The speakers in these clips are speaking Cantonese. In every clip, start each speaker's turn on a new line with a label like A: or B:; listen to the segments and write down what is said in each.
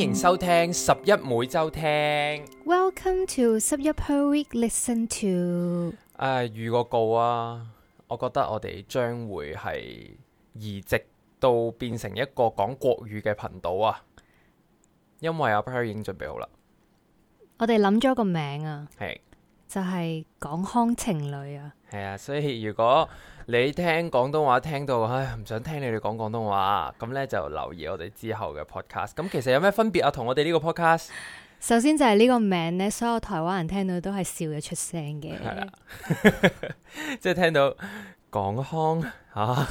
A: 迎收聽十一每周聽。
B: Welcome to 十一 per week listen to。
A: 誒，預個告啊，我覺得我哋將會係移植到變成一個講國語嘅頻道啊，因為阿 Per 已經準備好啦，
B: 我哋諗咗個名啊，
A: 係
B: 就係港腔情侶啊。
A: 係啊，所以如果你聽廣東話聽到唉唔想聽你哋講廣東話，咁呢就留意我哋之後嘅 podcast。咁其實有咩分別啊？同我哋呢個 podcast
B: 首先就係呢個名呢，所有台灣人聽到都係笑咗出聲嘅。
A: 係啦啊即係聽到港腔嚇，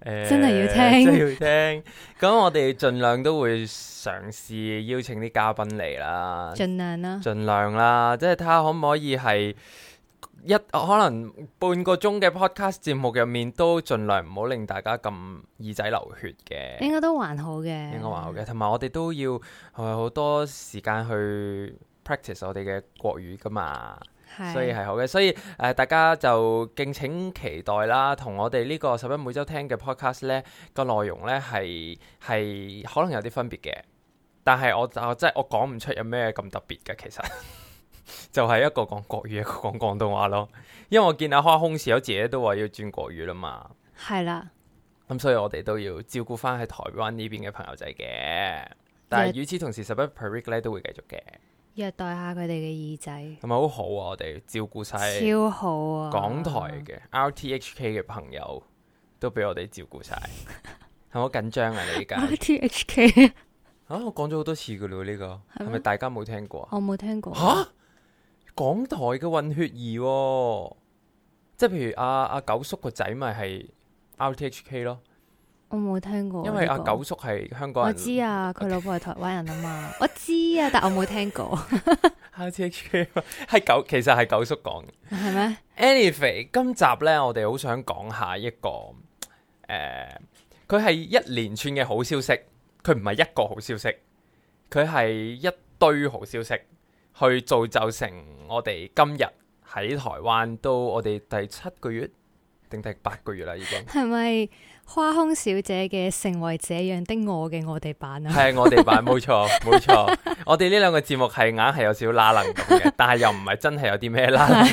A: 誒
B: 真係要聽
A: 真係要聽。咁我哋盡量都會嘗試邀請啲嘉賓嚟啦，
B: 盡量啦。
A: 盡量啦，即係睇下可唔可以係一可能半個鐘嘅 podcast 節目入面都盡量唔好令大家咁耳仔流血嘅，
B: 應該都還好嘅，
A: 應該話好嘅。同埋我哋都要係好多時間去 practice 我哋嘅國語噶嘛。
B: 係啊
A: 所以係好嘅，所以誒、呃大家就敬請期待啦。同我哋呢個十一每週聽嘅 podcast 呢個內容呢係係可能有啲分別嘅，但係我我真係我講唔出有咩咁特別嘅，其實 就係一個講國語，一個講廣東話咯。因為我見阿花空時有自己都話要轉國語啦嘛，
B: 係啦，
A: 咁所以我哋都要照顧翻喺台灣呢邊嘅朋友仔嘅。但係與此同時，十一 per week 咧都會繼續嘅，
B: 虐待下佢哋嘅耳仔，
A: 係咪好好啊？我哋照顧晒。
B: 超好啊！
A: 港台嘅 RTHK 嘅朋友都俾我哋照 顧晒，係咪好緊張啊！你而家
B: RTHK，
A: 啊，我講咗好多次噶啦，呢個係
B: 係咩哦
A: 咪大家冇聽過啊？
B: 我冇聽過。
A: 嚇，港台嘅混血兒喎，即係譬如阿阿九叔個仔咪係 RTHK 咯，
B: 我冇聽哦過呢
A: 因
B: 個。
A: 為阿九叔係香港
B: 我
A: 人，
B: 知啊，佢老婆係台灣人啊嘛，我知啊，但我冇聽過，
A: RTHK 嘛係九，其實係九叔講嘅。
B: 係咩？
A: Anyway，今集呢，我哋好想講下一個誒，呃佢、係一連串嘅好消息，佢唔係一個好消息，佢係一堆好消息，去造就成我哋今日喺台灣都我哋第七個月定第八個月啦，已經
B: 係咪花空小姐嘅《成為這樣的我》嘅我哋版啊？
A: 係我哋版冇錯 冇錯，我哋呢兩個節目係硬係有少少拉楞到 嘅，但係又唔係真係有啲咩拉楞。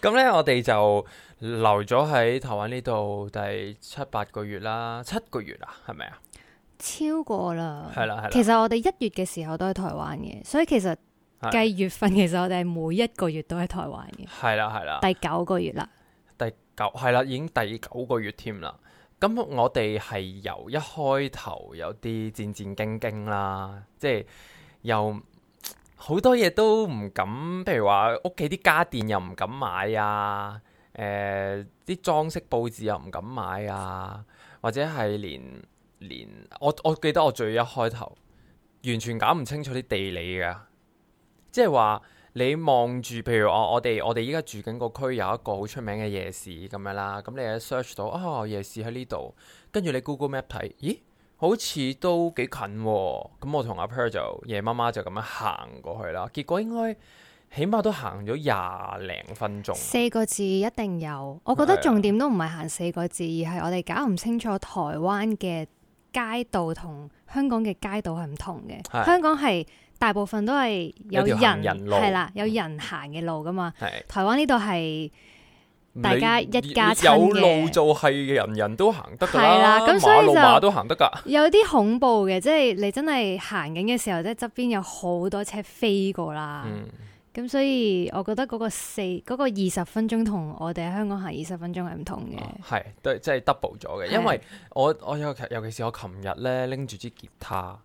A: 咁呢，我哋就留咗喺台灣呢度第七八個月啦，七個月啊，係咪啊？
B: 超過啦，
A: 係啦係啦
B: 嗯其實我哋一月嘅時候都喺台灣嘅，所以其實
A: 係
B: 計月份，其實我哋係每一個月都喺台灣嘅，
A: 係啦係啦，
B: 第九個月啦，
A: 第九係啦，已經第九個月添啦。咁我哋係由一開頭有啲戰戰兢兢啦，即係又好多嘢都唔敢，譬如話屋企啲家電又唔敢買啊，誒、啲裝飾佈置又唔敢買啊，或者係連連我我記得我最一開頭完全搞唔清楚啲地理㗎，即係話。你望住，譬如我我哋我哋依家住緊個區有一個好出名嘅夜市咁樣啦，咁你一 search 到啊、夜市喺呢度，跟住你 Google Map 睇，咦好似都幾近喎、咁我同阿 Per 就夜媽媽就咁樣行過去啦，結果應該起碼都行咗廿零分鐘，
B: 四個字一定有。我覺得
A: 係啊
B: 重點都唔係行四個字，而係我哋搞唔清楚台灣嘅街道同香港嘅街道係唔同
A: 係
B: 嘅。香港係大部分都係有
A: 有條行
B: 人
A: 人路
B: 係啦，有人行嘅路噶嘛。
A: 係
B: 台灣呢度係。大家
A: 你
B: 一家親
A: 有
B: 嘅
A: 路就係人人都行得㗎
B: 係啦
A: 啦，
B: 咁所以
A: 馬路
B: 就啊
A: 馬都行得㗎。
B: 有啲恐怖嘅，即係你真係行緊嘅時候，即係側邊有好多車飛過啦。
A: 嗯，
B: 咁、所以我覺得嗰個四嗰、個二十分鐘同我哋喺香港行二十分鐘係唔同嘅。
A: 啊係都即係 double 咗嘅，因
B: 係
A: 為我我尤其尤其是我琴日咧拎住支吉他，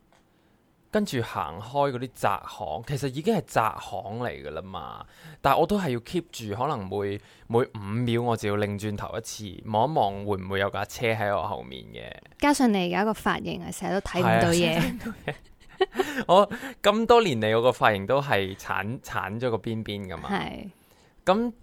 A: 跟住行開嗰啲窄巷，其實已經係窄巷嚟噶啦嘛，但係我都係要 keep 住，可能每每五秒我就要擰轉頭一次，望一望會唔會有架車喺我後面嘅。
B: 加上你而家個髮型啊，成日都睇唔
A: 係啊
B: 到嘢，
A: 我咁多年嚟，我個髮型都係鏟鏟咗個邊邊噶嘛。
B: 係
A: 咁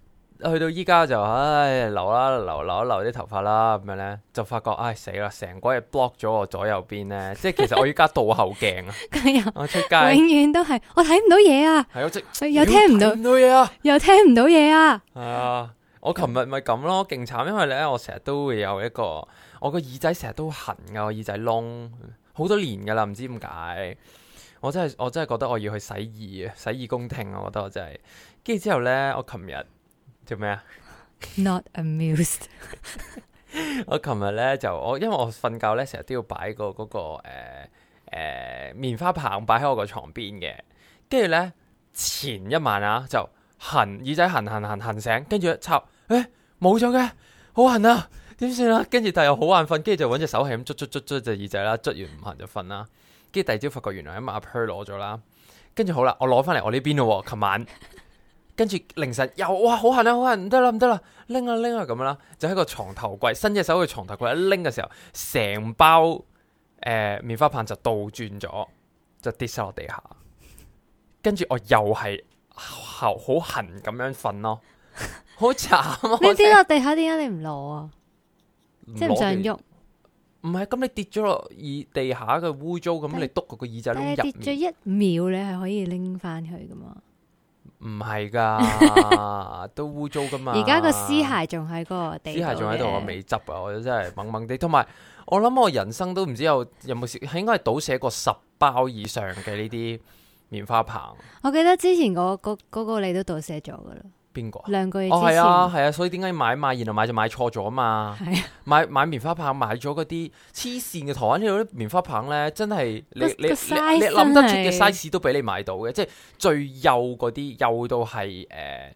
A: 去到依家就唉留啦留留一留啲頭髮啦咁樣咧，就發覺唉死啦，成個嘢 block 咗我左右邊 咧，即係其實我依家倒後鏡啊，
B: 咁又
A: 我出街
B: 永遠都係我睇唔到嘢啊，
A: 係我即
B: 又聽唔到
A: 到嘢啊，
B: 又聽唔到嘢啊，
A: 係啊，我琴日咪咁咯，勁慘，因為咧我成日都會有一個，我個耳仔成日都痕噶，我耳仔窿好多年噶啦，唔知點解。我真係我真係覺得我要去洗耳啊，洗耳恭聽啊，我覺得我真係。跟住之後咧，我琴日做咩啊？
B: Not amused，
A: 我琴日咧就我因為我瞓覺咧成日都要擺個嗰、個誒、呃呃棉花棒擺喺我個床邊嘅，跟住咧前一晚啊就痕耳仔痕痕痕痕醒，跟住一插誒冇咗嘅，好痕啊！點算啊？跟住但係又好眼瞓，跟住就揾隻手係咁捽捽捽捽隻耳仔啦，捽完唔痕就瞓啦。跟住第二朝發覺原來喺阿 Per 攞咗啦，跟住好啦，我攞翻嚟我呢邊咯喎，琴晚。跟住凌晨又哇好痕啊好痕，唔得啦唔得啦，拎啊拎啊咁樣啦，就喺個床頭櫃伸隻手去床頭櫃一拎嘅時候，成包誒、呃棉花棒就倒轉咗，就跌晒落地下。跟住我又係好好痕咁樣瞓咯，好慘啊！
B: 你跌落地下點解你唔攞啊？即係唔想
A: 攞嘅
B: 喐，
A: 唔係，咁你跌咗落耳地下嘅污糟，咁
B: 但係
A: 你篤個耳仔
B: 但係
A: 窿入
B: 跌咗
A: 面，
B: 一秒你係可以拎翻佢噶嘛？
A: 唔係 㗎，都污糟㗎嘛。
B: 而家個屍骸仲喺個地，
A: 啊屍骸仲喺度，我。未執啊！我真係懵懵地，同埋我諗我人生都唔知有有冇試，係應該係倒瀉過十包以上嘅呢啲棉花棒。
B: 我記得之前嗰嗰嗰個你都倒寫咗噶啦，
A: 邊個啊？
B: 兩個月之
A: 哦，係
B: 前。
A: 啊，係啊，所以點解要買買，然後買就買錯咗啊嘛？
B: 係啊，
A: 買買棉花棒買咗嗰啲黐線嘅台灣呢度啲棉花棒咧，真係你
B: 個
A: 你你
B: 個
A: 你
B: size
A: 諗得出嘅
B: 真係
A: size 都俾你買到嘅，即係最幼嗰啲幼到係誒、呃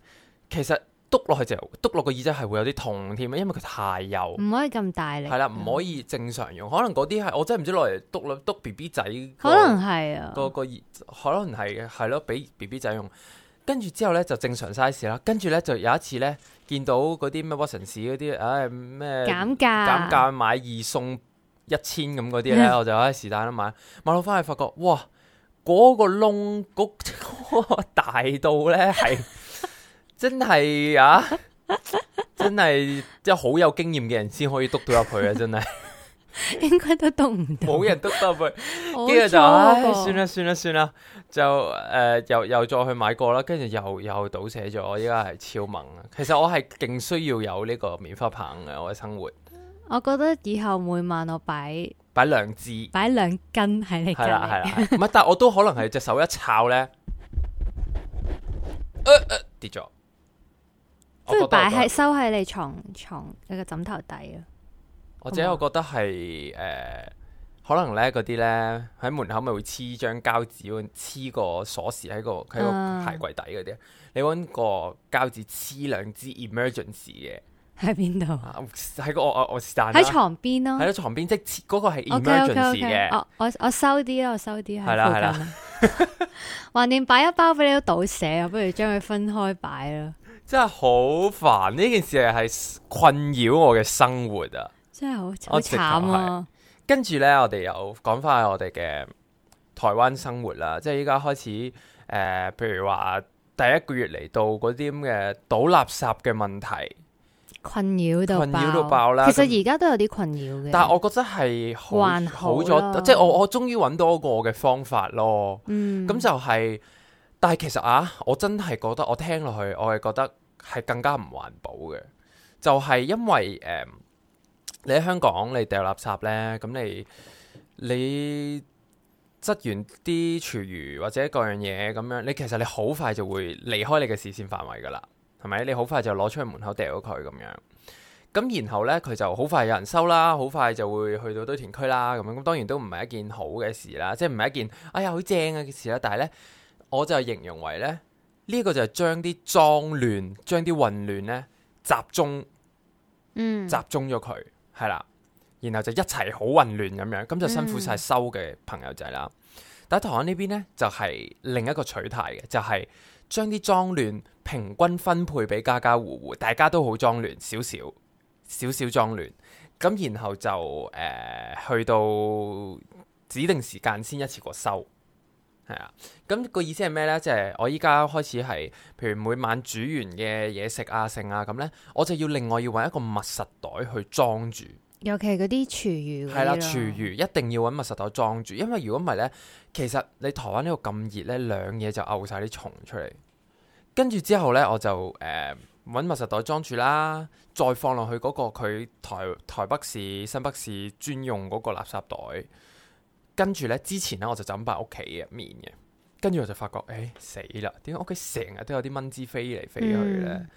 A: 其實篤落去就篤落個耳仔係會有啲痛添啊，因為佢太幼。
B: 唔可以咁大力。啊
A: 係啦，唔可以正常用，可能嗰啲係我真係唔知攞嚟篤啦，篤 B B 仔個
B: 可能係啊，
A: 個個熱可能係嘅，係咯，俾 B B 仔用。跟住之後咧就正常 size 啦，跟住咧就有一次咧見到嗰啲咩 Watsons 嗰啲，唉咩
B: 減價，
A: 減價買二送一千咁嗰啲咧，我就唉是但啦買，買到翻去發覺，哇！嗰、個窿嗰、 個大到咧 係真係啊，真係即係好有經驗嘅人先可以篤到入去啊！ 真係
B: 應該都動唔到。
A: 冇人篤得入去，
B: 好啊
A: 跟住
B: 粗
A: 啊就唉
B: 喎
A: 算啦算啦算啦，就誒、呃又又再去買過啦，跟住又又倒瀉咗，我依家係超猛啊！其實我係勁需要有呢個棉花棒嘅，我嘅生活
B: 我覺得以後每晚我擺
A: 擺兩支。
B: 擺兩斤喺你隔
A: 係啦係
B: 離，
A: 啦，係唔係，但係我都可能係隻手一抄咧，呃呃跌咗，
B: 不如擺
A: 我覺得我
B: 喺收喺你床床你個枕頭底啊。
A: 我自己我覺得係誒、呃可能咧嗰啲咧喺門口咪會黐張膠紙，黐個鎖匙喺個喺個
B: 啊
A: 鞋櫃底嗰啲，你揾個膠紙黐兩支 emergency 嘅，
B: 喺邊度？
A: 啊喺個我我我是但啦
B: 喺床邊咯。
A: 喺床邊，即係黐嗰個係
B: OK OK
A: emergency
B: OK，
A: 嘅，
B: 我我我收啲啦，我收啲喺
A: 係啦係啦
B: 附近啦。 橫掂擺一包俾你都倒瀉啊，不如將佢分開擺啦。
A: 真係好煩呢件事係係困擾我嘅生活啊！
B: 真係好好
A: 我直頭
B: 慘啊！
A: 跟住呢，我哋又講翻我哋嘅台灣生活啦，即係依家開始誒、呃譬如話第一個月嚟到嗰啲咁嘅倒垃圾嘅問題，
B: 困擾到
A: 困擾到爆啦
B: 其實而家都有啲困擾嘅。
A: 但係我覺得係好
B: 還好
A: 好
B: 啦
A: 咗，即係我我終於揾到一個我嘅方法咯。
B: 嗯
A: 咁、就係、但係其實啊，我真係覺得我聽落去，我係覺得係更加唔環保嘅，就係、因為誒、嗯你喺香港你掉垃圾咧，咁你你執完啲廚餘或者各樣嘢咁樣，你其實你好快就會離開你嘅視線範圍噶啦，係咪？你好快就攞出去門口掉咗佢咁樣。咁然後咧，佢就好快有人收啦，好快就會去到堆填區啦，咁樣咁當然都唔係一件好嘅事啦，即係唔係一件哎呀好正嘅事啦。但係咧，我就形容為咧，呢、個就係將啲髒亂、將啲混亂咧集中
B: 嗯
A: 集中咗佢，係啦，然後就一齊好混亂咁樣，咁就辛苦晒
B: 嗯
A: 收嘅朋友仔啦。但喺台灣呢邊呢，就係、另一個取態嘅，就係、將啲髒亂平均分配俾家家戶戶，大家都好髒亂，少少少少髒亂，咁然後就誒、呃去到指定時間先一次過收。係啊，咁、個意思係咩呢？即、係、我依家開始係，譬如每晚煮完嘅嘢食啊、剩啊咁呢，我就要另外要揾一個密實袋去裝住。
B: 尤其係嗰啲廚餘嗰啲
A: 係啦，
B: 咯
A: 廚餘一定要揾密實袋裝住，因為如果唔係呢，其實你台灣呢度咁熱呢，兩嘢就漚晒啲蟲出嚟。跟住之後呢，我就誒、呃揾密實袋裝住啦，再放落去嗰個佢台台北市、新北市專用嗰個垃圾袋。跟住呢，之前呢，我就就咁擺屋企入面嘅，跟住我就發覺，誒、死啦！點解屋企成日都有啲蚊滋飛嚟飛去
B: 嗯
A: 呢？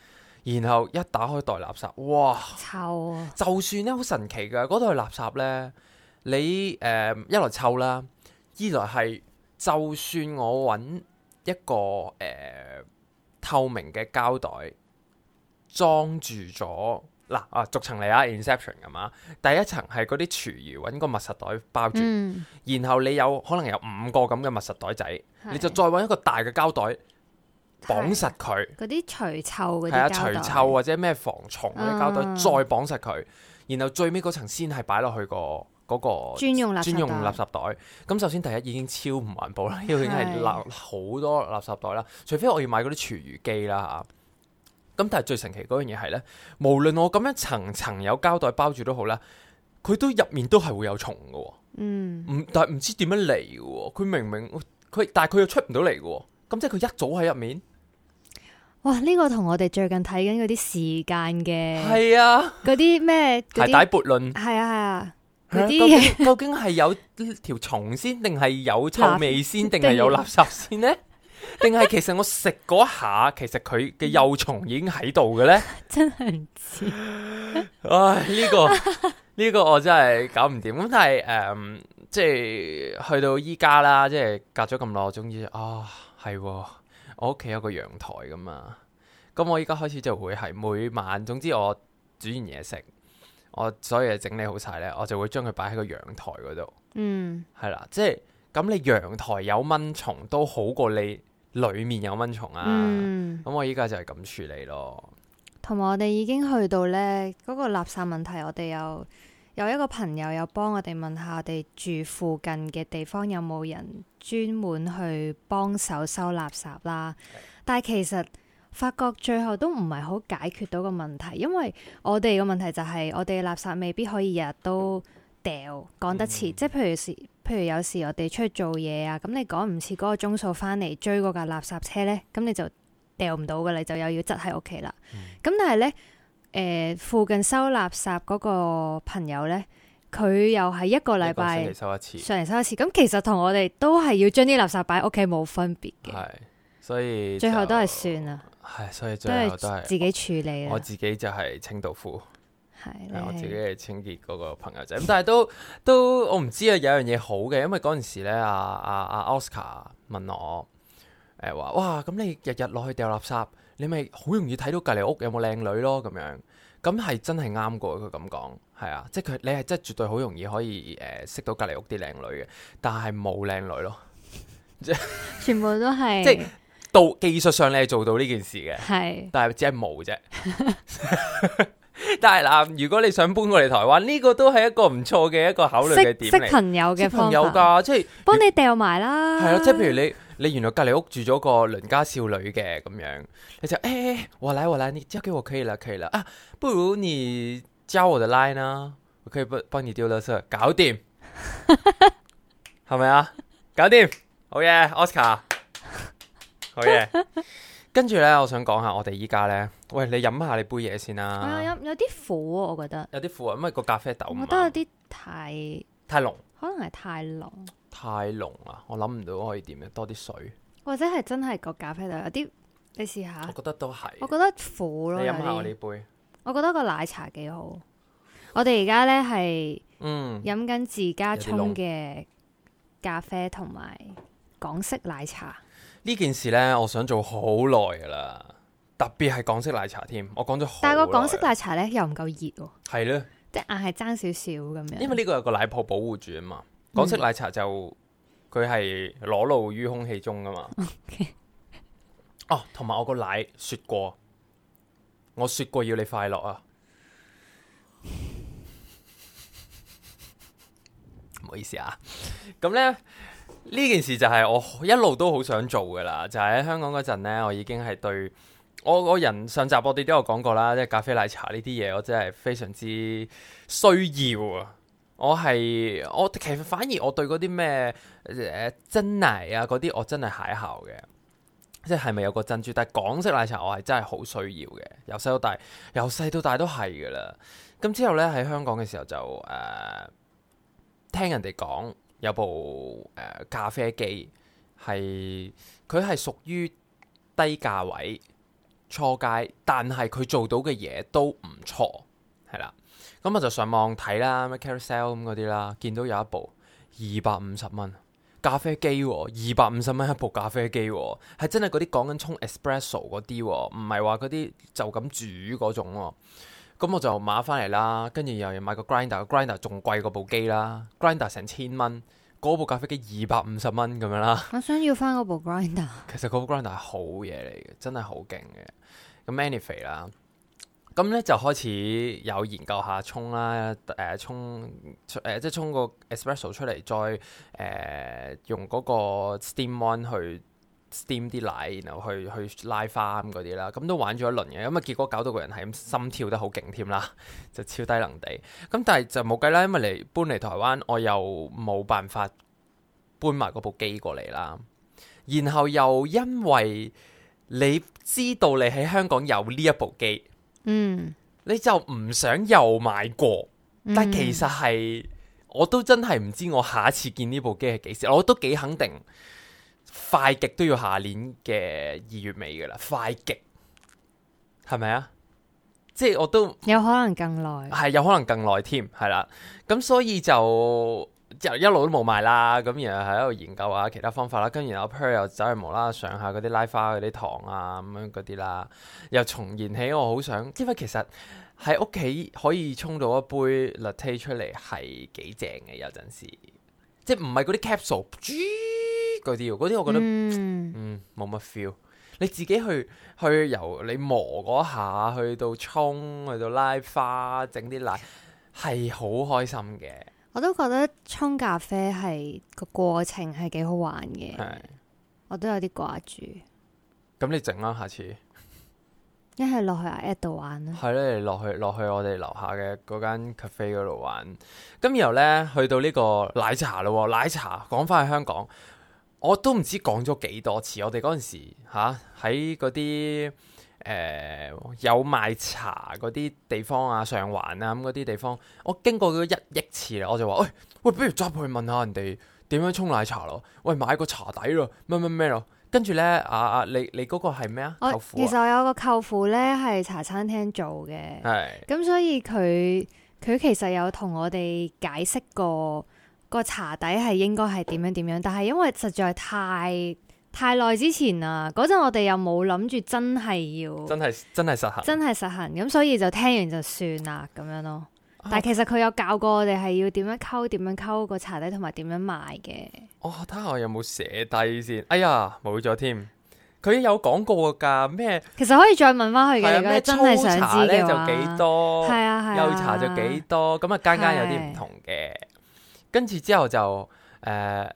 A: 然後一打開袋垃圾，哇！
B: 臭啊！
A: 就算咧好神奇嘅，嗰袋垃圾咧，你誒、呃一來臭啦，二來係就算我揾一個誒、呃透明嘅膠袋裝住咗。嗱啊，逐層嚟啊，Inception 咁嘛，第一層係嗰啲廚餘揾個密實袋包住，
B: 嗯，
A: 然後你有可能有五個咁嘅密實袋仔，你就
B: 係
A: 再揾一個大嘅膠袋綁實佢，
B: 嗰啲除臭嗰啲
A: 係啊，
B: 膠
A: 除
B: 袋
A: 臭或者咩防蟲嗰啲膠袋，
B: 啊
A: 再綁實佢，然後最尾嗰層先係擺落去個嗰個
B: 專用垃圾
A: 專用垃
B: 圾
A: 圾袋。咁首先第一已經超唔環保啦，因為已經係
B: 係
A: 垃好多垃圾袋啦，除非我要買嗰啲廚餘機啦嚇。咁但係最神奇嗰樣嘢係呢，無論我咁樣層層有膠袋包住都好啦，佢都入面都係會有蟲嘅喎。
B: 嗯，
A: 唔但係唔知點樣嚟嘅喎，佢明明佢但係佢又出唔到嚟嘅喎，咁即係佢一早喺入面。
B: 哇！呢個同我哋最近睇緊嗰啲時間嘅
A: 係啊，
B: 嗰啲咩
A: 鞋
B: 嗰
A: 帶
B: 啲
A: 撥論。
B: 係啊係啊
A: 係
B: 嗰
A: 啊
B: 啲嘢，
A: 究竟係有條蟲先，定係有臭味先，定係有垃圾先呢？ 定係其實我食嗰下，其實佢嘅幼蟲已經喺度嘅呢？
B: 真係唔知
A: 唉，呢、個 呢個我真係搞唔掂。咁但係誒、嗯即係去到依家啦，即係隔咗咁耐，我終於啊係喎，我屋企有個陽台噶嘛。咁我依家開始就會係每晚，總之我煮完嘢食，我所有嘢整理好晒呢，我就會將佢擺喺個陽台嗰度。
B: 嗯
A: 係啦，即係咁你陽台有蚊蟲都好過你裡面有蚊蟲啊。咁、
B: 嗯，
A: 我依家就係咁處理咯。
B: 同埋我哋已經去到咧嗰個垃圾問題，我哋又有一個朋友又幫我哋問下，我哋住附近嘅地方有冇人專門去幫手收垃圾啦？但係其實發覺最後都唔係好解決到個問題，因為我哋個問題就係我哋垃圾未必可以日日都掉，趕得切。
A: 嗯
B: 即係譬如時，譬如有時我哋出去做嘢啊，咁你趕唔切嗰個鐘數翻嚟追嗰架垃圾車呢，咁你就掉唔到噶啦，你就又要執喺屋企啦。咁、但係呢，誒、附近收垃圾嗰個朋友呢，佢又係一個禮
A: 一個星
B: 拜
A: 期收一次。
B: 上嚟收一次，咁其實同我哋都係要將啲垃圾擺喺屋企冇分別嘅，
A: 係，所以
B: 最後都係
A: 就
B: 算啦，
A: 係，所以
B: 都
A: 最後都
B: 係
A: 係
B: 自己處理
A: 我
B: 啦。
A: 自己就係清道夫，
B: 係你
A: 係我自己
B: 係
A: 係清潔嗰個朋友仔。咁但係都都我唔知啊，有樣嘢好嘅，因為嗰陣時咧，阿阿阿 Oscar 問我誒話，哇，咁你日日落去掉垃圾，你咪好容易睇到隔離屋有冇靚女咯咁樣。咁係真係啱過佢咁講，係啊，即係佢你係真係絕對好容易可以誒、識到隔離屋啲靚女嘅，但係冇靚女咯。
B: 全部都係
A: 即係到技術上你係做到呢件事嘅。
B: 係
A: 但係只係冇啫。 但係嗱，如果你想搬過嚟台灣，呢、個都係一個唔錯嘅一個考慮嘅
B: 識
A: 點
B: 識
A: 嚟。
B: 朋友
A: 識
B: 嘅
A: 朋
B: 方
A: 友
B: 法，
A: 㗎，即係
B: 幫你掉埋啦。
A: 係啊，即係譬如你你原來隔離屋住咗個鄰家少女嘅咁樣，你就誒、欸欸我來我來，你交給我可以啦，可以啦啊，不如你加我的 line 啦、我可以幫幫你丟垃圾，搞掂， 係咪啊？搞掂，好嘢，Oscar，好嘢。跟住咧，我想講下我哋依家咧，喂，你飲下你杯嘢先
B: 啊，
A: 啦，
B: 有有啲苦啊，我覺得，
A: 有啲苦啊，因為個咖啡豆
B: 我
A: 唔
B: 覺得有
A: 啱
B: 啲太
A: 太濃，
B: 可能係太濃，
A: 太濃啊，我諗唔到可以點嘅，多啲水，
B: 或者係真係個咖啡豆有啲，你試下
A: 我。覺得都係。
B: 啊我覺得苦咯，
A: 你
B: 有
A: 飲下我呢
B: 啲。
A: 杯。
B: 我覺得個奶茶幾好。我哋而家咧係
A: 嗯，
B: 飲緊自家
A: 有啲濃
B: 沖嘅咖啡同埋港式奶茶。
A: 呢件事呢，我想做好耐噶啦，特別係港式奶茶添。我講咗好耐，
B: 但係個港式奶茶咧又唔夠熱喎，
A: 係咧，
B: 即係硬係爭少少咁樣。嗯
A: 因為呢個有個奶泡保護住啊嘛。港式奶茶就佢係裸露於空氣中噶嘛。
B: OK
A: 哦，同埋我個奶雪過，我雪過要你快樂啊！ 唔好意思啊，咁呢，呢件事就係我一路都好想做噶啦，就係喺香港嗰陣呢，我已經係對我我人上集我哋都有講過啦，即係咖啡奶茶呢啲嘢，我真係非常之需要啊！我係我其呃實反而我對嗰啲咩誒珍奶啊嗰啲，我真係邂逅嘅。即係咪有個珍珠？但係港式奶茶我係真係好需要嘅，由細到大，由細到大都係噶啦。咁之後呢，喺香港嘅時候就誒、呃、聽人哋講有部誒、呃咖啡機係佢係屬於低價位初階，但係佢做到嘅嘢都唔錯，係啦。咁我就上網睇啦，咩 Carousell 咁嗰啲啦，見到有一部二百五十蚊咖啡機喎，二百五十蚊一部咖啡機喎，係真係嗰啲講緊沖 espresso 嗰啲喎，唔係話嗰啲就咁煮嗰種喎。咁我就買翻嚟啦，跟住又要買個 grinder，grinder 仲貴過部機啦，grinder 成千蚊，嗰部咖啡機二百五十蚊咁樣啦。
B: 我想要翻嗰部 grinder，
A: 其實嗰個 grinder 係好嘢嚟嘅，真係好勁嘅。咁 anyway 啦，咁咧就開始有研究下沖啦，誒、呃、沖誒、呃即係沖個 espresso 出嚟，再誒、呃用嗰個 steam one 去 steam 啲奶，然後去去拉花咁嗰啲啦。咁都玩咗一輪嘅，咁啊結果搞到個人係咁心跳得好勁添啦，就超低能地。咁但係就冇計啦，因為嚟搬嚟台灣，我又冇辦法搬埋嗰部機過嚟啦。然後又因為你知道你喺香港有呢一部機，
B: 嗯，
A: 你就唔想又買過，
B: 嗯
A: 但其實係我都真係唔知我下一次見呢部機係幾時，我都幾肯定快極都要下年嘅二月尾噶啦，快極係咪啊？即係我都
B: 有可能更耐，
A: 係有可能更耐添，係啦。咁所以就就一路都冇賣啦。咁然後喺度研究下其他方法啦。跟住然後 Per 又走去無啦啦上下嗰啲拉花嗰啲堂啊咁樣嗰啲啦，又重燃起我好想，因為其實喺屋企可以沖到一杯 latte 出嚟係幾正嘅，有陣時即係唔係嗰啲 capsule 啾嗰啲喎，嗰啲我覺得。
B: 嗯
A: 嗯，冇乜 feel。你自己去去由你磨嗰下，去到沖，去到拉花，整啲奶，係好開心嘅。
B: 我都覺得沖咖啡係個過程係幾好玩嘅，
A: 係
B: 我都有啲掛住。
A: 咁你整啦，下次
B: 一係落去阿 Ed 度玩啦，
A: 係咧，你落去落去我哋樓下嘅嗰間 cafe 嗰度玩。咁然後呢，去到呢個奶茶咯，奶茶講翻去香港，我都唔知講咗幾多次。我哋嗰陣時吓喺嗰啲誒有賣茶嗰啲地方啊，上環啊咁嗰啲地方，我經過咗一億次啦，我就話：喂喂，不如執去問下人哋點樣沖奶茶咯？喂，買個茶底咯，咩咩咩咯。跟住呢，啊啊，你你嗰個係咩啊？
B: 我
A: 豆腐
B: 哦其
A: 啊，
B: 實我有個舅父呢係茶餐廳做嘅，
A: 係
B: 咁所以佢佢其實有同我哋解釋過個茶底係應該係點樣點樣，但係因為實在太太耐之前啦，嗰陣我哋又冇諗住真係要
A: 真係真係實行。
B: 真係實行，咁所以就聽完就算啦咁樣咯。
A: 啊
B: 但係其實佢有教過我哋係要點樣溝、點樣溝個茶底同埋點樣賣嘅。
A: 我哦睇下我有冇寫低先。哎呀，冇咗添。佢有講過㗎，咩
B: 其實可以再問翻佢
A: 係
B: 嘅，
A: 啊
B: 如果你
A: 咩
B: 真係
A: 粗
B: 想
A: 茶
B: 知
A: 咧
B: 嘅
A: 就
B: 話，
A: 幾多，
B: 係啊係啊，
A: 幼茶就幾多，咁啊間間有啲唔
B: 係
A: 同嘅。跟住之後就誒、呃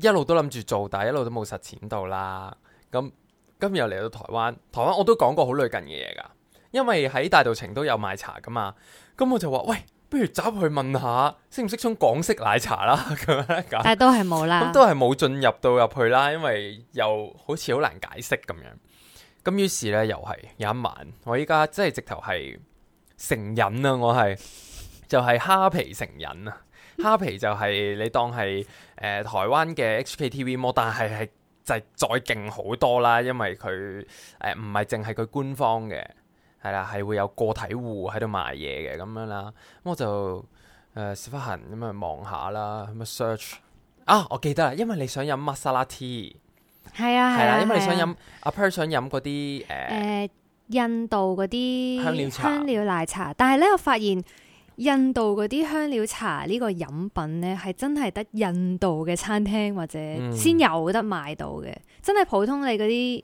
A: 一路都諗住做，但係一路都冇實踐到啦。咁今日又嚟到台灣，台灣我都講過好類近嘅嘢㗎，因為喺大道情都有賣茶㗎嘛。咁我就話喂，不如走入去問下，識唔識沖港式奶茶啦？咁樣啦咁
B: 但係都係冇啦
A: 咁。都係冇進入到入去啦，因為又好似好難解釋咁樣。咁於是呢，又係有一晚，我依家真係直頭係成癮啊！我係就係、蝦皮成癮啊！蝦皮就係、你當係誒、呃台灣嘅 HKTV Mall，但係係就係再勁好多啦，因為佢誒唔係淨係佢官方嘅，係啦，係會有個體戶喺度賣嘢嘅咁樣啦。咁我就誒屎忽痕咁啊望下啦，咁啊 search 啊，我記得啦，因為你想飲 masala tea
B: 係啊
A: 係
B: 係
A: 啦，
B: 啊，
A: 因為你想
B: 係啊
A: 飲阿 Per 想飲嗰啲誒
B: 誒呃印度嗰啲
A: 香料茶
B: 香料奶茶，但係咧我發現印度嗰啲香料茶呢個飲品咧係真係得印度嘅餐廳或者
A: 嗯
B: 先有得買到嘅，真係普通你嗰啲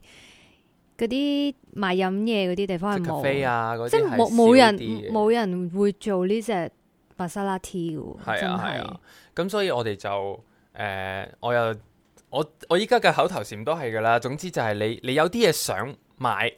B: 嗰啲賣飲嘢嗰啲地方
A: 即
B: 係
A: 咖啡
B: 冇，
A: 啊嗰啲，
B: 即係冇冇人冇人會做呢只白沙拉 tea 嘅喎，
A: 係
B: 真
A: 啊係啊
B: 係。
A: 咁所以我哋就誒、呃我又我我依家嘅口頭禪都係噶啦。總之就係你你有啲嘢想買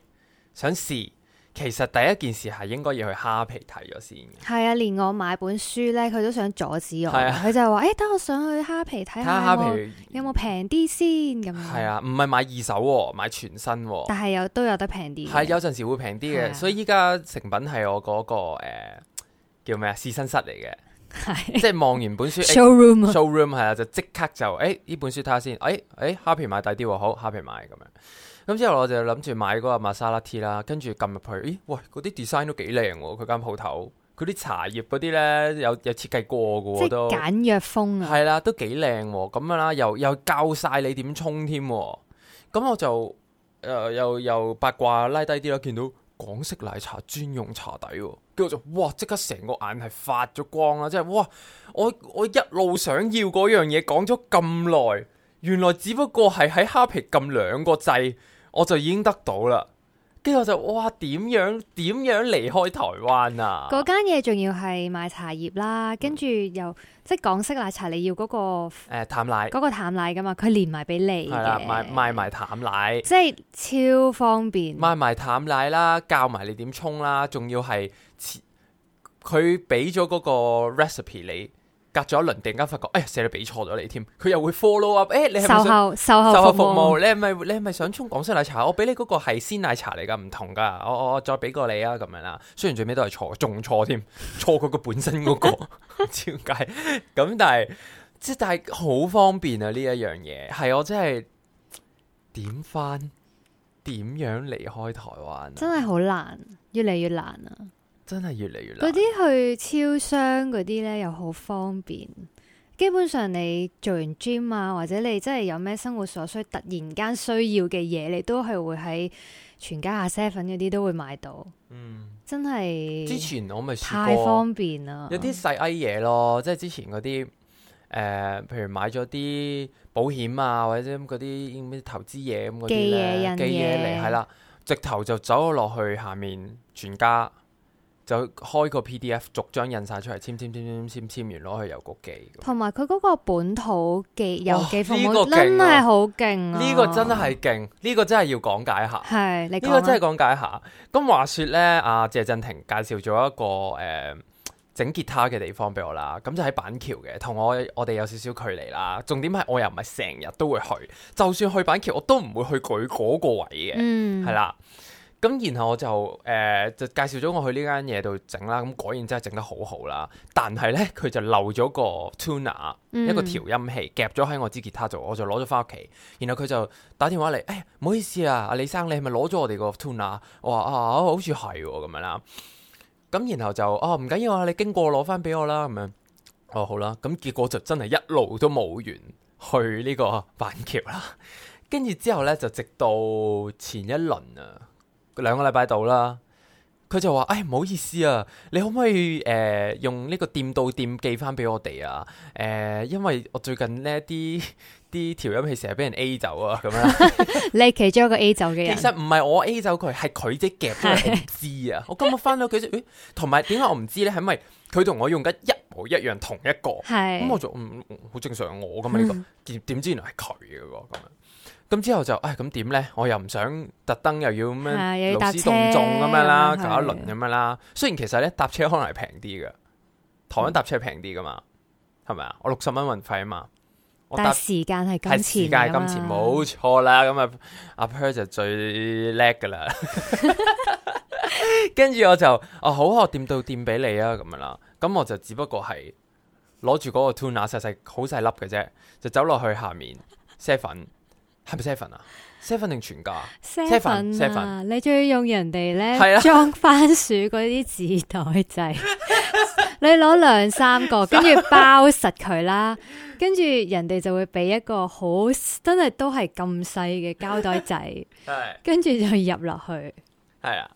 A: 想試，其實第一件事係應該要去蝦皮睇咗先嘅。
B: 係啊，連我買本書咧，佢都想阻止我。
A: 係啊
B: 佢就係話：，誒，等我上去蝦皮睇
A: 睇
B: 下
A: 下
B: 有
A: 蝦
B: 冇
A: 皮
B: 有冇平啲先咁樣。
A: 係，啊，唔係買二手喎，買全新喎。
B: 但係有都有得平啲嘅。
A: 係有陣時會平啲
B: 係啊
A: 嘅，所以依家成品係我嗰個誒叫咩啊試身室嚟 嘅，
B: 係
A: 即係望完本書 誒
B: showroom 啊
A: showroom 係啦，就即刻就誒呢本書睇下先，誒誒蝦皮買抵啲喎，好蝦皮買咁樣。咁之後我就諗住買嗰個 Masala Tea 啦，跟住撳入去，咦喂嗰啲 design 都幾靚喎，佢間鋪頭，佢啲茶葉嗰啲咧有有設計過嘅
B: 即
A: 喎
B: 係
A: 都。
B: 簡約風啊。
A: 係啦，都幾靚喎，咁樣啦，又又教晒你點沖添喎，咁我就誒、呃又又八卦拉低啲啦，見到港式奶茶專用茶底喎，跟住我就哇即刻成個眼係發咗光啦，即係哇我我一路想要嗰樣嘢講咗咁耐，原來只不過係喺蝦皮撳兩個掣，我就已經得到啦，跟住我就哇點樣點樣離開台灣啊？嗯
B: 嗰間嘢仲要係賣茶葉啦，跟住又即係港式奶茶，你要嗰個
A: 誒、淡奶
B: 嗰個淡奶噶嘛，佢連埋俾你
A: 係啦，
B: 嘅，
A: 賣賣埋淡奶。
B: 即係超方便。
A: 賣埋淡奶啦，教埋你點沖啦，仲要係切佢俾咗嗰個 recipe 你，隔咗一輪突然間發覺，哎呀，寫你俾錯咗你添，佢又會 follow up，誒、你係咪
B: 售
A: 想
B: 後售
A: 售後
B: 後
A: 服
B: 啊服
A: 務？
B: 務
A: 你係咪你係咪想沖港式奶茶？我俾你嗰個係鮮奶茶嚟㗎，唔同㗎，我我我再俾過你啊，咁樣啦。雖然最尾都係錯，仲錯添， 錯佢個本身嗰、 個，唔知點解。咁但係即係但係好方便啊！呢一樣嘢係我真係點翻點樣離開台灣啊、
B: 真係好難，越嚟越難啊！
A: 真係越嚟越
B: 嗰
A: 難。
B: 啲去超商嗰啲咧又好方便，基本上你做完 gym 啊，或者你真係有咩生活所需，突然間需要嘅嘢，你都係會喺全家啊 seven 嗰啲都會買到，
A: 嗯，
B: 真係
A: 之前我咪試
B: 太
A: 過
B: 方便啦。
A: 有啲細埃嘢咯，即係之前嗰啲誒，譬如買咗啲保險啊，或者嗰啲咩投資嘢咁嗰啲
B: 寄嘢
A: 咧，
B: 印
A: 寄嘢嚟
B: 嘢
A: 係啦，直頭就走咗落去下面全家。就開個 PDF，逐張印晒出嚟，簽簽簽簽簽簽完攞去郵局寄。
B: 同埋佢嗰個本土寄
A: 哇
B: 郵寄服
A: 呢個
B: 務
A: 勁啊
B: 真係好勁啊！
A: 呢個真係勁，呢個真係要講解下。
B: 係你
A: 呢個
B: 講
A: 真係
B: 啊，
A: 講解下。咁話說咧，阿謝振廷介紹咗一個誒、呃整吉他嘅地方俾我啦，咁就喺板橋嘅，同我我哋有少少距離啦。重點係我又唔係成日都會去，就算去板橋我都唔會去佢嗰個位嘅。
B: 嗯，
A: 係啦。咁然後我就誒、呃就介紹咗我去呢間嘢度整啦，咁果然真係整得好好啦。但係咧佢就漏咗個 tuner，、
B: 嗯
A: 一個調音器夾咗喺我支吉他度，我就攞咗翻屋企。然後佢就打電話嚟，誒、唔好意思啊，阿李生你係咪攞咗我哋個 tuner？我話啊好似係喎咁樣啦。咁然後就哦唔緊要啊，你經過攞翻俾我啦咁樣。哦好啦，咁結果就真係一路都冇緣去呢個板橋啦。跟住之後咧，就直到前一輪啊，兩個禮拜到啦，佢就話：，唉，唔好意思啊，你可唔可以誒、呃用呢個店到店寄翻俾我哋啊？誒、因為我最近呢啲 啲調音器成日俾人 A 走啊，咁樣啦。
B: 你係啊其中一個 A 走嘅
A: 其
B: 人，
A: 實唔係我 A 走佢，係佢即夾咗我唔知啊。我今日翻到屋企就，咦同埋點解我唔知咧？係因為佢同我用緊一模一樣同一個。咁我
B: 係
A: 就嗯嗯好正常我噶嘛呢個，點點知原來係佢嘅喎咁樣。咁之後就唉咁點咧？我又唔想特登又要咁樣
B: 係又要
A: 勞
B: 搭
A: 師
B: 車
A: 動眾咁樣啦，
B: 咁樣
A: 搞一輪
B: 係
A: 咁樣啦。雖然其實咧搭車可能係平啲嘅，台
B: 嗯
A: 灣搭車平啲噶嘛，係咪啊？我六十蚊運費啊嘛，我搭
B: 但係時間係
A: 係時間
B: 金錢
A: 係
B: 㗎嘛，
A: 金錢，冇錯啦。咁啊，阿 Per 就最叻噶 啦。 跟住我就哦好啊，我掂到掂俾你啊，咁樣啦。咁我就只不過係攞住嗰個 tuna 細細好細粒嘅啫，就走落去下面 seven 係咪 seven 啊？seven 定全家？
B: seven 啊，
A: seven，seven
B: 你仲要用人哋
A: 係
B: 咧
A: 啊
B: 裝番薯嗰啲紙袋 仔，你攞兩三個，跟住包實佢啦，跟住人哋就會俾一個好真係都係咁細嘅膠袋仔，
A: 係
B: 跟住就入落去，
A: 係啊。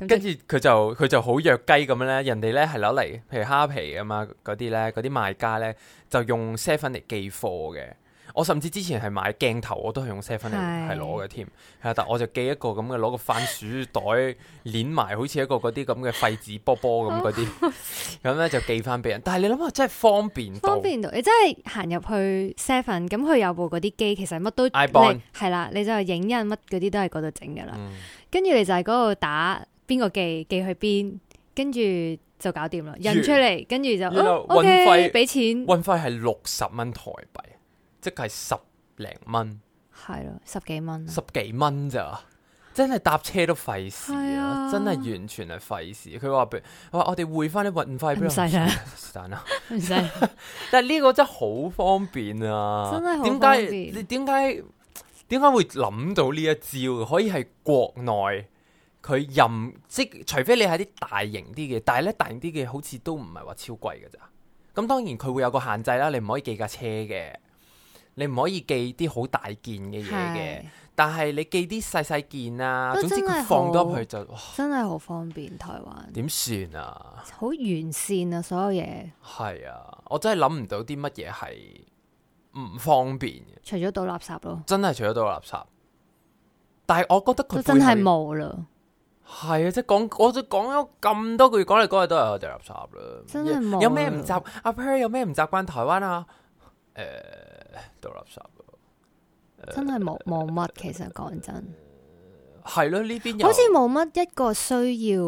B: 咁
A: 跟
B: 就
A: 住佢就佢就好弱雞咁樣咧，人哋咧係攞嚟，譬如蝦皮啊嘛嗰啲咧，嗰啲賣家咧就用 seven 嚟寄貨嘅。我甚至之前係買鏡頭，我都係用 seven 嚟
B: 係
A: 係攞嘅添，係啊，但我就寄一個咁嘅攞個番薯袋攣埋，好似一個嗰啲咁嘅廢紙波波咁嗰
B: 哦
A: 啲，咁咧就寄翻俾人。但係你諗下，真係方便到
B: 方便到你真係行入去 seven，咁佢有部嗰啲機，其實乜都
A: iBond
B: 你係啦，你就係影印乜嗰啲都係嗰度整噶啦，
A: 嗯
B: 跟住你就係嗰度打邊個寄寄去邊，跟住就搞掂啦，印出嚟，跟住就
A: 然後
B: 哦 OK，
A: 運費
B: 俾錢
A: 運費係六十蚊台幣，即係十零蚊，
B: 係咯，十幾蚊啊，
A: 十幾蚊咋？真係搭車都費事
B: 係
A: 啊！
B: 啊
A: 真係完全係費事。佢話俾佢話我哋匯翻啲運費俾
B: 唔使啦
A: 我，是但啦。
B: 唔使
A: 但係呢個真係好方便啊！
B: 真係好
A: 點
B: 方
A: 解
B: 便
A: 你點解點解會諗到呢一招？可以係國內佢任即除非你係啲大型啲嘅，但係咧大型啲嘅好似都唔係話超貴㗎咋。咁當然佢會有個限制啦，你唔可以寄架車嘅，你唔可以寄啲好大件嘅嘢嘅
B: 係。
A: 但係你寄啲細細件啊，
B: 都
A: 總之
B: 真係
A: 佢
B: 好
A: 放多入去就哇
B: 真係好方便，台灣
A: 點算啊？
B: 好完善啊，所有嘢
A: 係啊，我真係諗唔到啲乜嘢係唔方便嘅。
B: 除咗倒垃圾咯，
A: 真係除咗倒垃圾，但係我覺得
B: 都
A: 佢
B: 真係
A: 係
B: 冇啦，
A: 係啊！即係講，我就講咗咁多句，講嚟講去都係我掉垃圾啦。
B: 真係啊冇
A: 有咩唔習？阿 Per 有咩唔習慣台灣啊？誒、倒垃圾咯
B: 真係冇冇乜。其實講真，
A: 係咯，呢邊有
B: 好似冇乜一個需要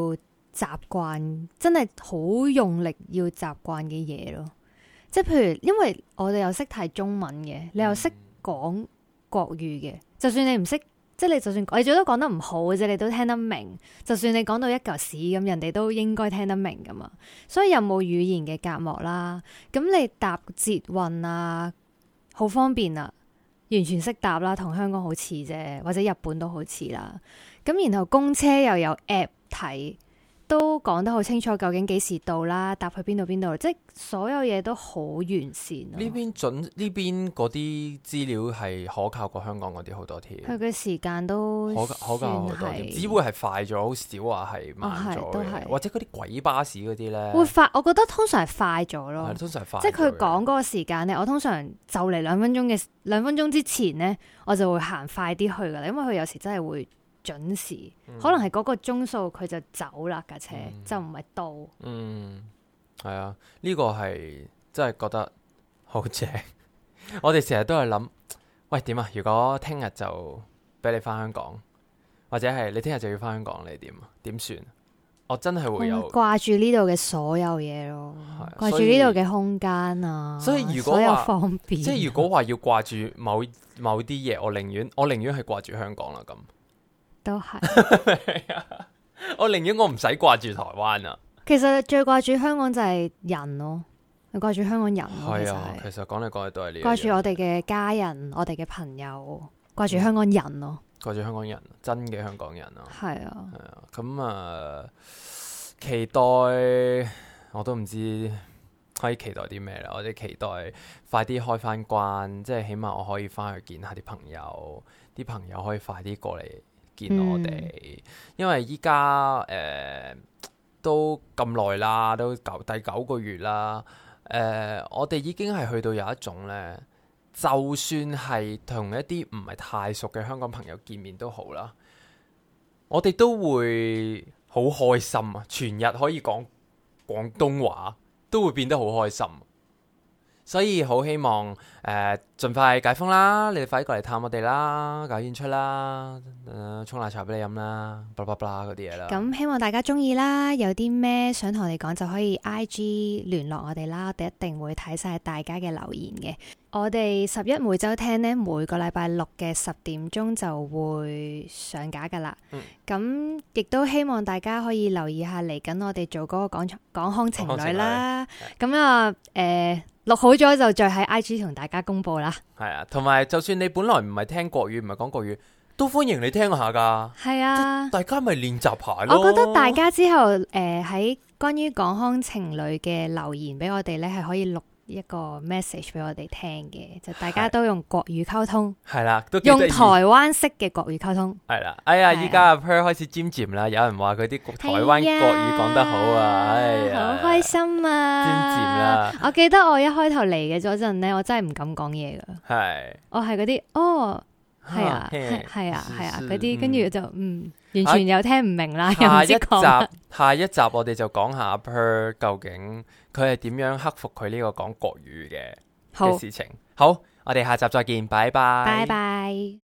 B: 習慣，真係好用力要習慣嘅嘢咯。即係譬如，因為我哋又識睇中文嘅，你
A: 嗯
B: 又識講國語嘅，就算你唔識，即係你就算你最多講得唔好嘅啫，你都聽得明。就算你講到一嚿屎咁，人哋都應該聽得明噶嘛。所以又冇語言嘅隔膜啦。咁你搭捷運啊，好方便啊，完全識搭啦，同香港好似啫，或者日本都好似啦。咁然後公車又有 app 睇，都講得好清楚究竟幾時到啦，搭去邊度邊度，即係所有嘢都好完善啊。
A: 呢邊準呢邊嗰啲資料係可靠過香港嗰啲好多添，
B: 佢嘅時間都
A: 可可靠好多
B: 算
A: 添，
B: 係
A: 只會係快咗，好少話係慢
B: 哦係
A: 咗
B: 都
A: 嘅，
B: 係
A: 或者嗰啲鬼巴士嗰啲咧，
B: 會快，我覺得通常係快咗咯
A: 係。通常係快咗
B: 即
A: 嘅。
B: 係佢講嗰個時間咧，我通常就嚟兩分鐘嘅兩分鐘之前咧，我就會行快啲去噶啦，因為佢有時真係會準時，可能係嗰個鐘數佢就走啦架車，
A: 嗯
B: 就唔係到。
A: 嗯，係啊，呢、個係真係覺得好正。 我哋成日都係諗，喂點啊？如果聽日就俾你翻香港，或者係你聽日就要翻香港，你點啊？點算？我真係會有，
B: 掛住呢度嘅所有嘢咯
A: 係啊，
B: 掛住
A: 所以
B: 呢度嘅空間啊，
A: 所以如果
B: 所有
A: 話
B: 方便，
A: 即係如果話要掛住某某啲嘢，我寧願我寧願係掛住香港啦。咁
B: 都係。
A: 我寧願我唔使掛住台灣啊。
B: 其實最掛住香港就係人咯，你掛住香港人咯，其
A: 係
B: 實
A: 啊，
B: 係
A: 其實講嚟講去都係呢一樣。
B: 掛住我哋嘅家人、我哋嘅朋友，掛
A: 嗯
B: 住香港人咯，
A: 掛住香港人，真嘅香港人啊。
B: 係啊。
A: 係啊，咁啊、期待我都唔知可以期待啲咩啦，我哋期待快啲開翻關，即係起碼我可以翻去見下啲朋友，啲朋友可以快啲過嚟見我哋，因為依家誒都咁耐啦，都九第九個月啦，誒、我哋已經係去到有一種咧。就算係同一啲唔係太熟嘅香港朋友見面都好啦，我哋都會好開心啊！全日可以講廣東話，都會變得好開心。啊所以好希望誒、呃，盡快解封啦！你哋快啲過嚟探我哋啦，搞演出啦，誒、沖奶茶俾你飲啦，巴拉巴拉嗰啲嘢啦。
B: 咁希望大家中意啦，有啲咩想同我哋講就可以 I G 聯絡我哋啦，我哋一定會睇晒大家嘅留言嘅。我哋十一每周聽呢，每個禮拜六嘅十點鐘就會上架噶啦
A: 嗯。
B: 咁亦都希望大家可以留意下嚟緊我哋做嗰個講港腔情侶啦。咁啊，誒錄好咗就再喺 I G 同大家公佈啦。
A: 係啊，同埋就算你本來唔係聽國語，唔係講國語，都歡迎你聽下㗎。
B: 係啊。
A: 大家咪練習下咯。
B: 我覺得大家之後誒喺、關於港腔情侶嘅留言俾我哋咧，係可以錄一個 message 俾我哋聽嘅，就大家
A: 係
B: 都用國語溝 通，
A: 係啦，都幾
B: 用
A: 得意
B: 台灣式嘅國語溝通。
A: 係啦，哎呀，
B: 係啊
A: 依家阿 Per 開始尖尖啦，有人話佢啲國台灣國
B: 哎係呀
A: 語講得好啊，哎呀，
B: 好開心
A: 尖
B: 啊！尖啦！我記得我一開頭嚟嘅嗰陣咧，我真係唔敢講嘢噶，
A: 係
B: 我係嗰啲哦，係啊，
A: 嘿
B: 係係啊，係啊
A: 是
B: 嗰啲，
A: 嗯
B: 跟住就嗯，完全又聽唔明啦，又唔
A: 下一
B: 知講。
A: 集，下一集我哋就講下阿 Per 究竟佢係點樣克服佢呢個講國語嘅
B: 好
A: 嘅，事情。好，我哋下集再見，拜拜，
B: 拜拜。